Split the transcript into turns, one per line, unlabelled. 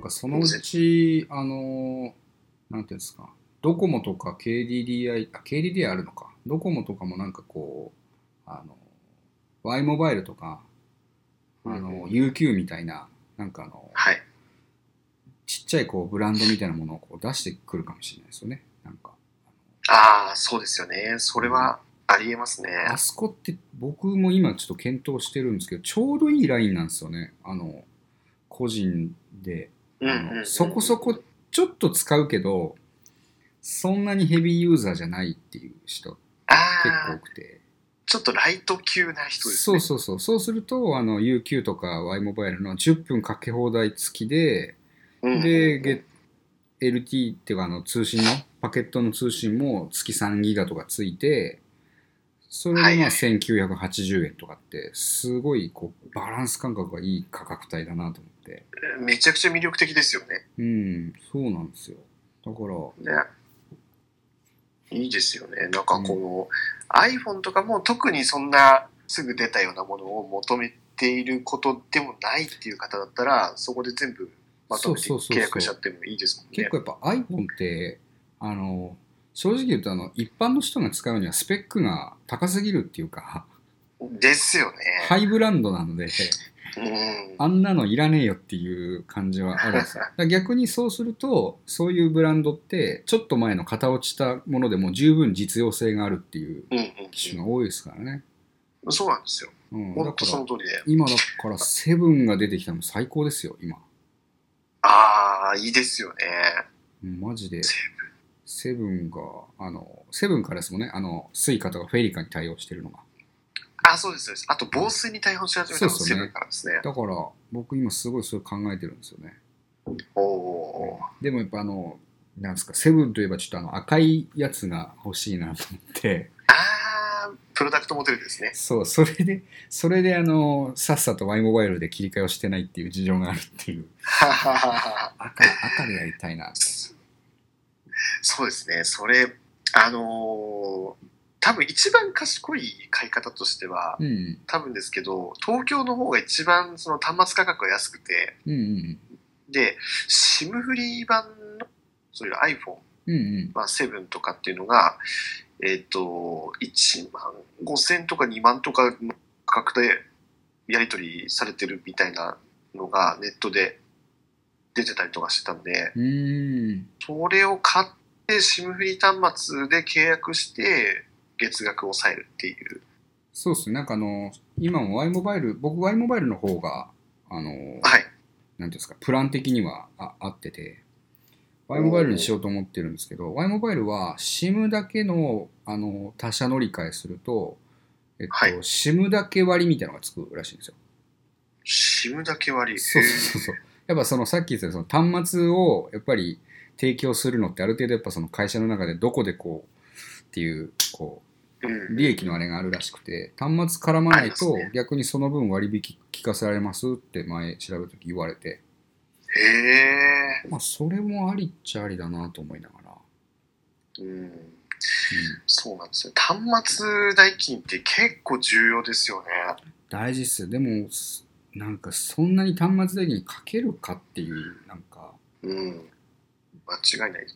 かそのうち、あの、なんていうんですか、ドコモとか KDDI、あ、KDDI あるのか。ドコモとかもなんかこう、あの、Y モバイルとか、あ
うん
の、UQ みたいな、なんかあの、
はい。
ちっちゃいこうブランドみたいなものをこう出してくるかもしれないですよね。なんか。
ああ、そうですよね。それはありえますね。
あそこって僕も今ちょっと検討してるんですけど、ちょうどいいラインなんですよね。あの、個人で。
うん
あ
うんう
の
ん。
そこそこちょっと使うけど、そんなにヘビーユーザーじゃないっていう人結構
ああ
多、くて。
ちょっとライト級な人です
そう
ね。
そうそう。そうすると、あの、UQ とか Y モバイルの10分かけ放題付きで、
うん
で、ゲ LT っていうかあの通信の、パケットの通信も月3ギガとかついて、それ
は
で
い
ま
は
あ
い
1980円とかって、すごいこうバランス感覚がいい価格帯だなと思って。
めちゃくちゃ魅力的ですよね。
うん、そうなんですよ。だから、
ねいいですよね。なんかこの、iPhone とかも特にそんなすぐ出たようなものを求めていることでもないっていう方だったら、そこで全部まとめて
そうそうそうそう
契約しちゃってもいいですもん
結
ね
構。やっぱ iPhone って、あの、正直言うとあの、一般の人が使うにはスペックが高すぎるっていうか、
ですよね。
ハイブランドなので、
うん。
あんなのいらねえよっていう感じはあるんですよ。だから逆にそうすると、そういうブランドって、ちょっと前の型落ちたものでも十分実用性があるっていう
うん
機種が多いですからね。
うん、そうなんですよ。
うん、だ
本当
か
そ
ら
の、通りで。
今だからセブンが出てきたの最高ですよ、今。
ああ、いいですよね。
うんマジで
セ。
セブンが、あの、セブンからですもんね、あの、スイカとかフェリカに対応してるのが。
あ、そうです、そうです。あと、防水に対応し始めたの
そ
も
うです
セ
よね
ブンからですね。
だから、僕今すごいそれ考えてるんですよね。
おお
でもやっぱあの、なんですか、セブンといえばちょっとあの赤いやつが欲しいなと思って。
ー。ああ、プロダクトモデルですね。
そう、それで、それであの、さっさと Y モバイルで切り替えをしてないっていう事情があるっていう。
はははは。
赤、赤でやりたいな。
そうですね。それ、あのー多分一番賢い買い方としては
う、ん、
多分ですけど、東京の方が一番その端末価格が安くて、
うん、うん、
で、SIM フリー版の、そういう iPhone、
うん、うん、
まあ、7とかっていうのが、えっ、と、1万5000とか2万とかの価格でやり取りされてるみたいなのがネットで出てたりとかしてたんで、
うん、うん、
それを買って、SIM フリー端末で契約して、月額を抑えるっていう。
そうですね。なんかあの、今も Y モバイル、僕 Y モバイルの方が、あの、
はい。
なんていうんですか、プラン的にはあ合ってて、Y モバイルにしようと思ってるんですけど、Y モバイルは SIM だけのあの他社乗り換えすると、えっと、
はい
SIM だけ割りみたいなのがつくらしいんですよ。
SIM だけ割り。
そうそうそう。やっぱそのさっき言ったその端末をやっぱり提供するのってある程度やっぱその会社の中でどこでこうっていうこ
う。
うん利益のあれがあるらしくて端末絡まない
あり
と
ますね
逆にその分割引聞かされますって前調べるとき言われて
へ
まあそれもありっちゃありだなと思いながら、
え。うん。そうなんですよ。端末代金って結構重要ですよね。
大事っすよでもなんかそんなに端末代金にかけるかっていうなんか
うん。間違いない。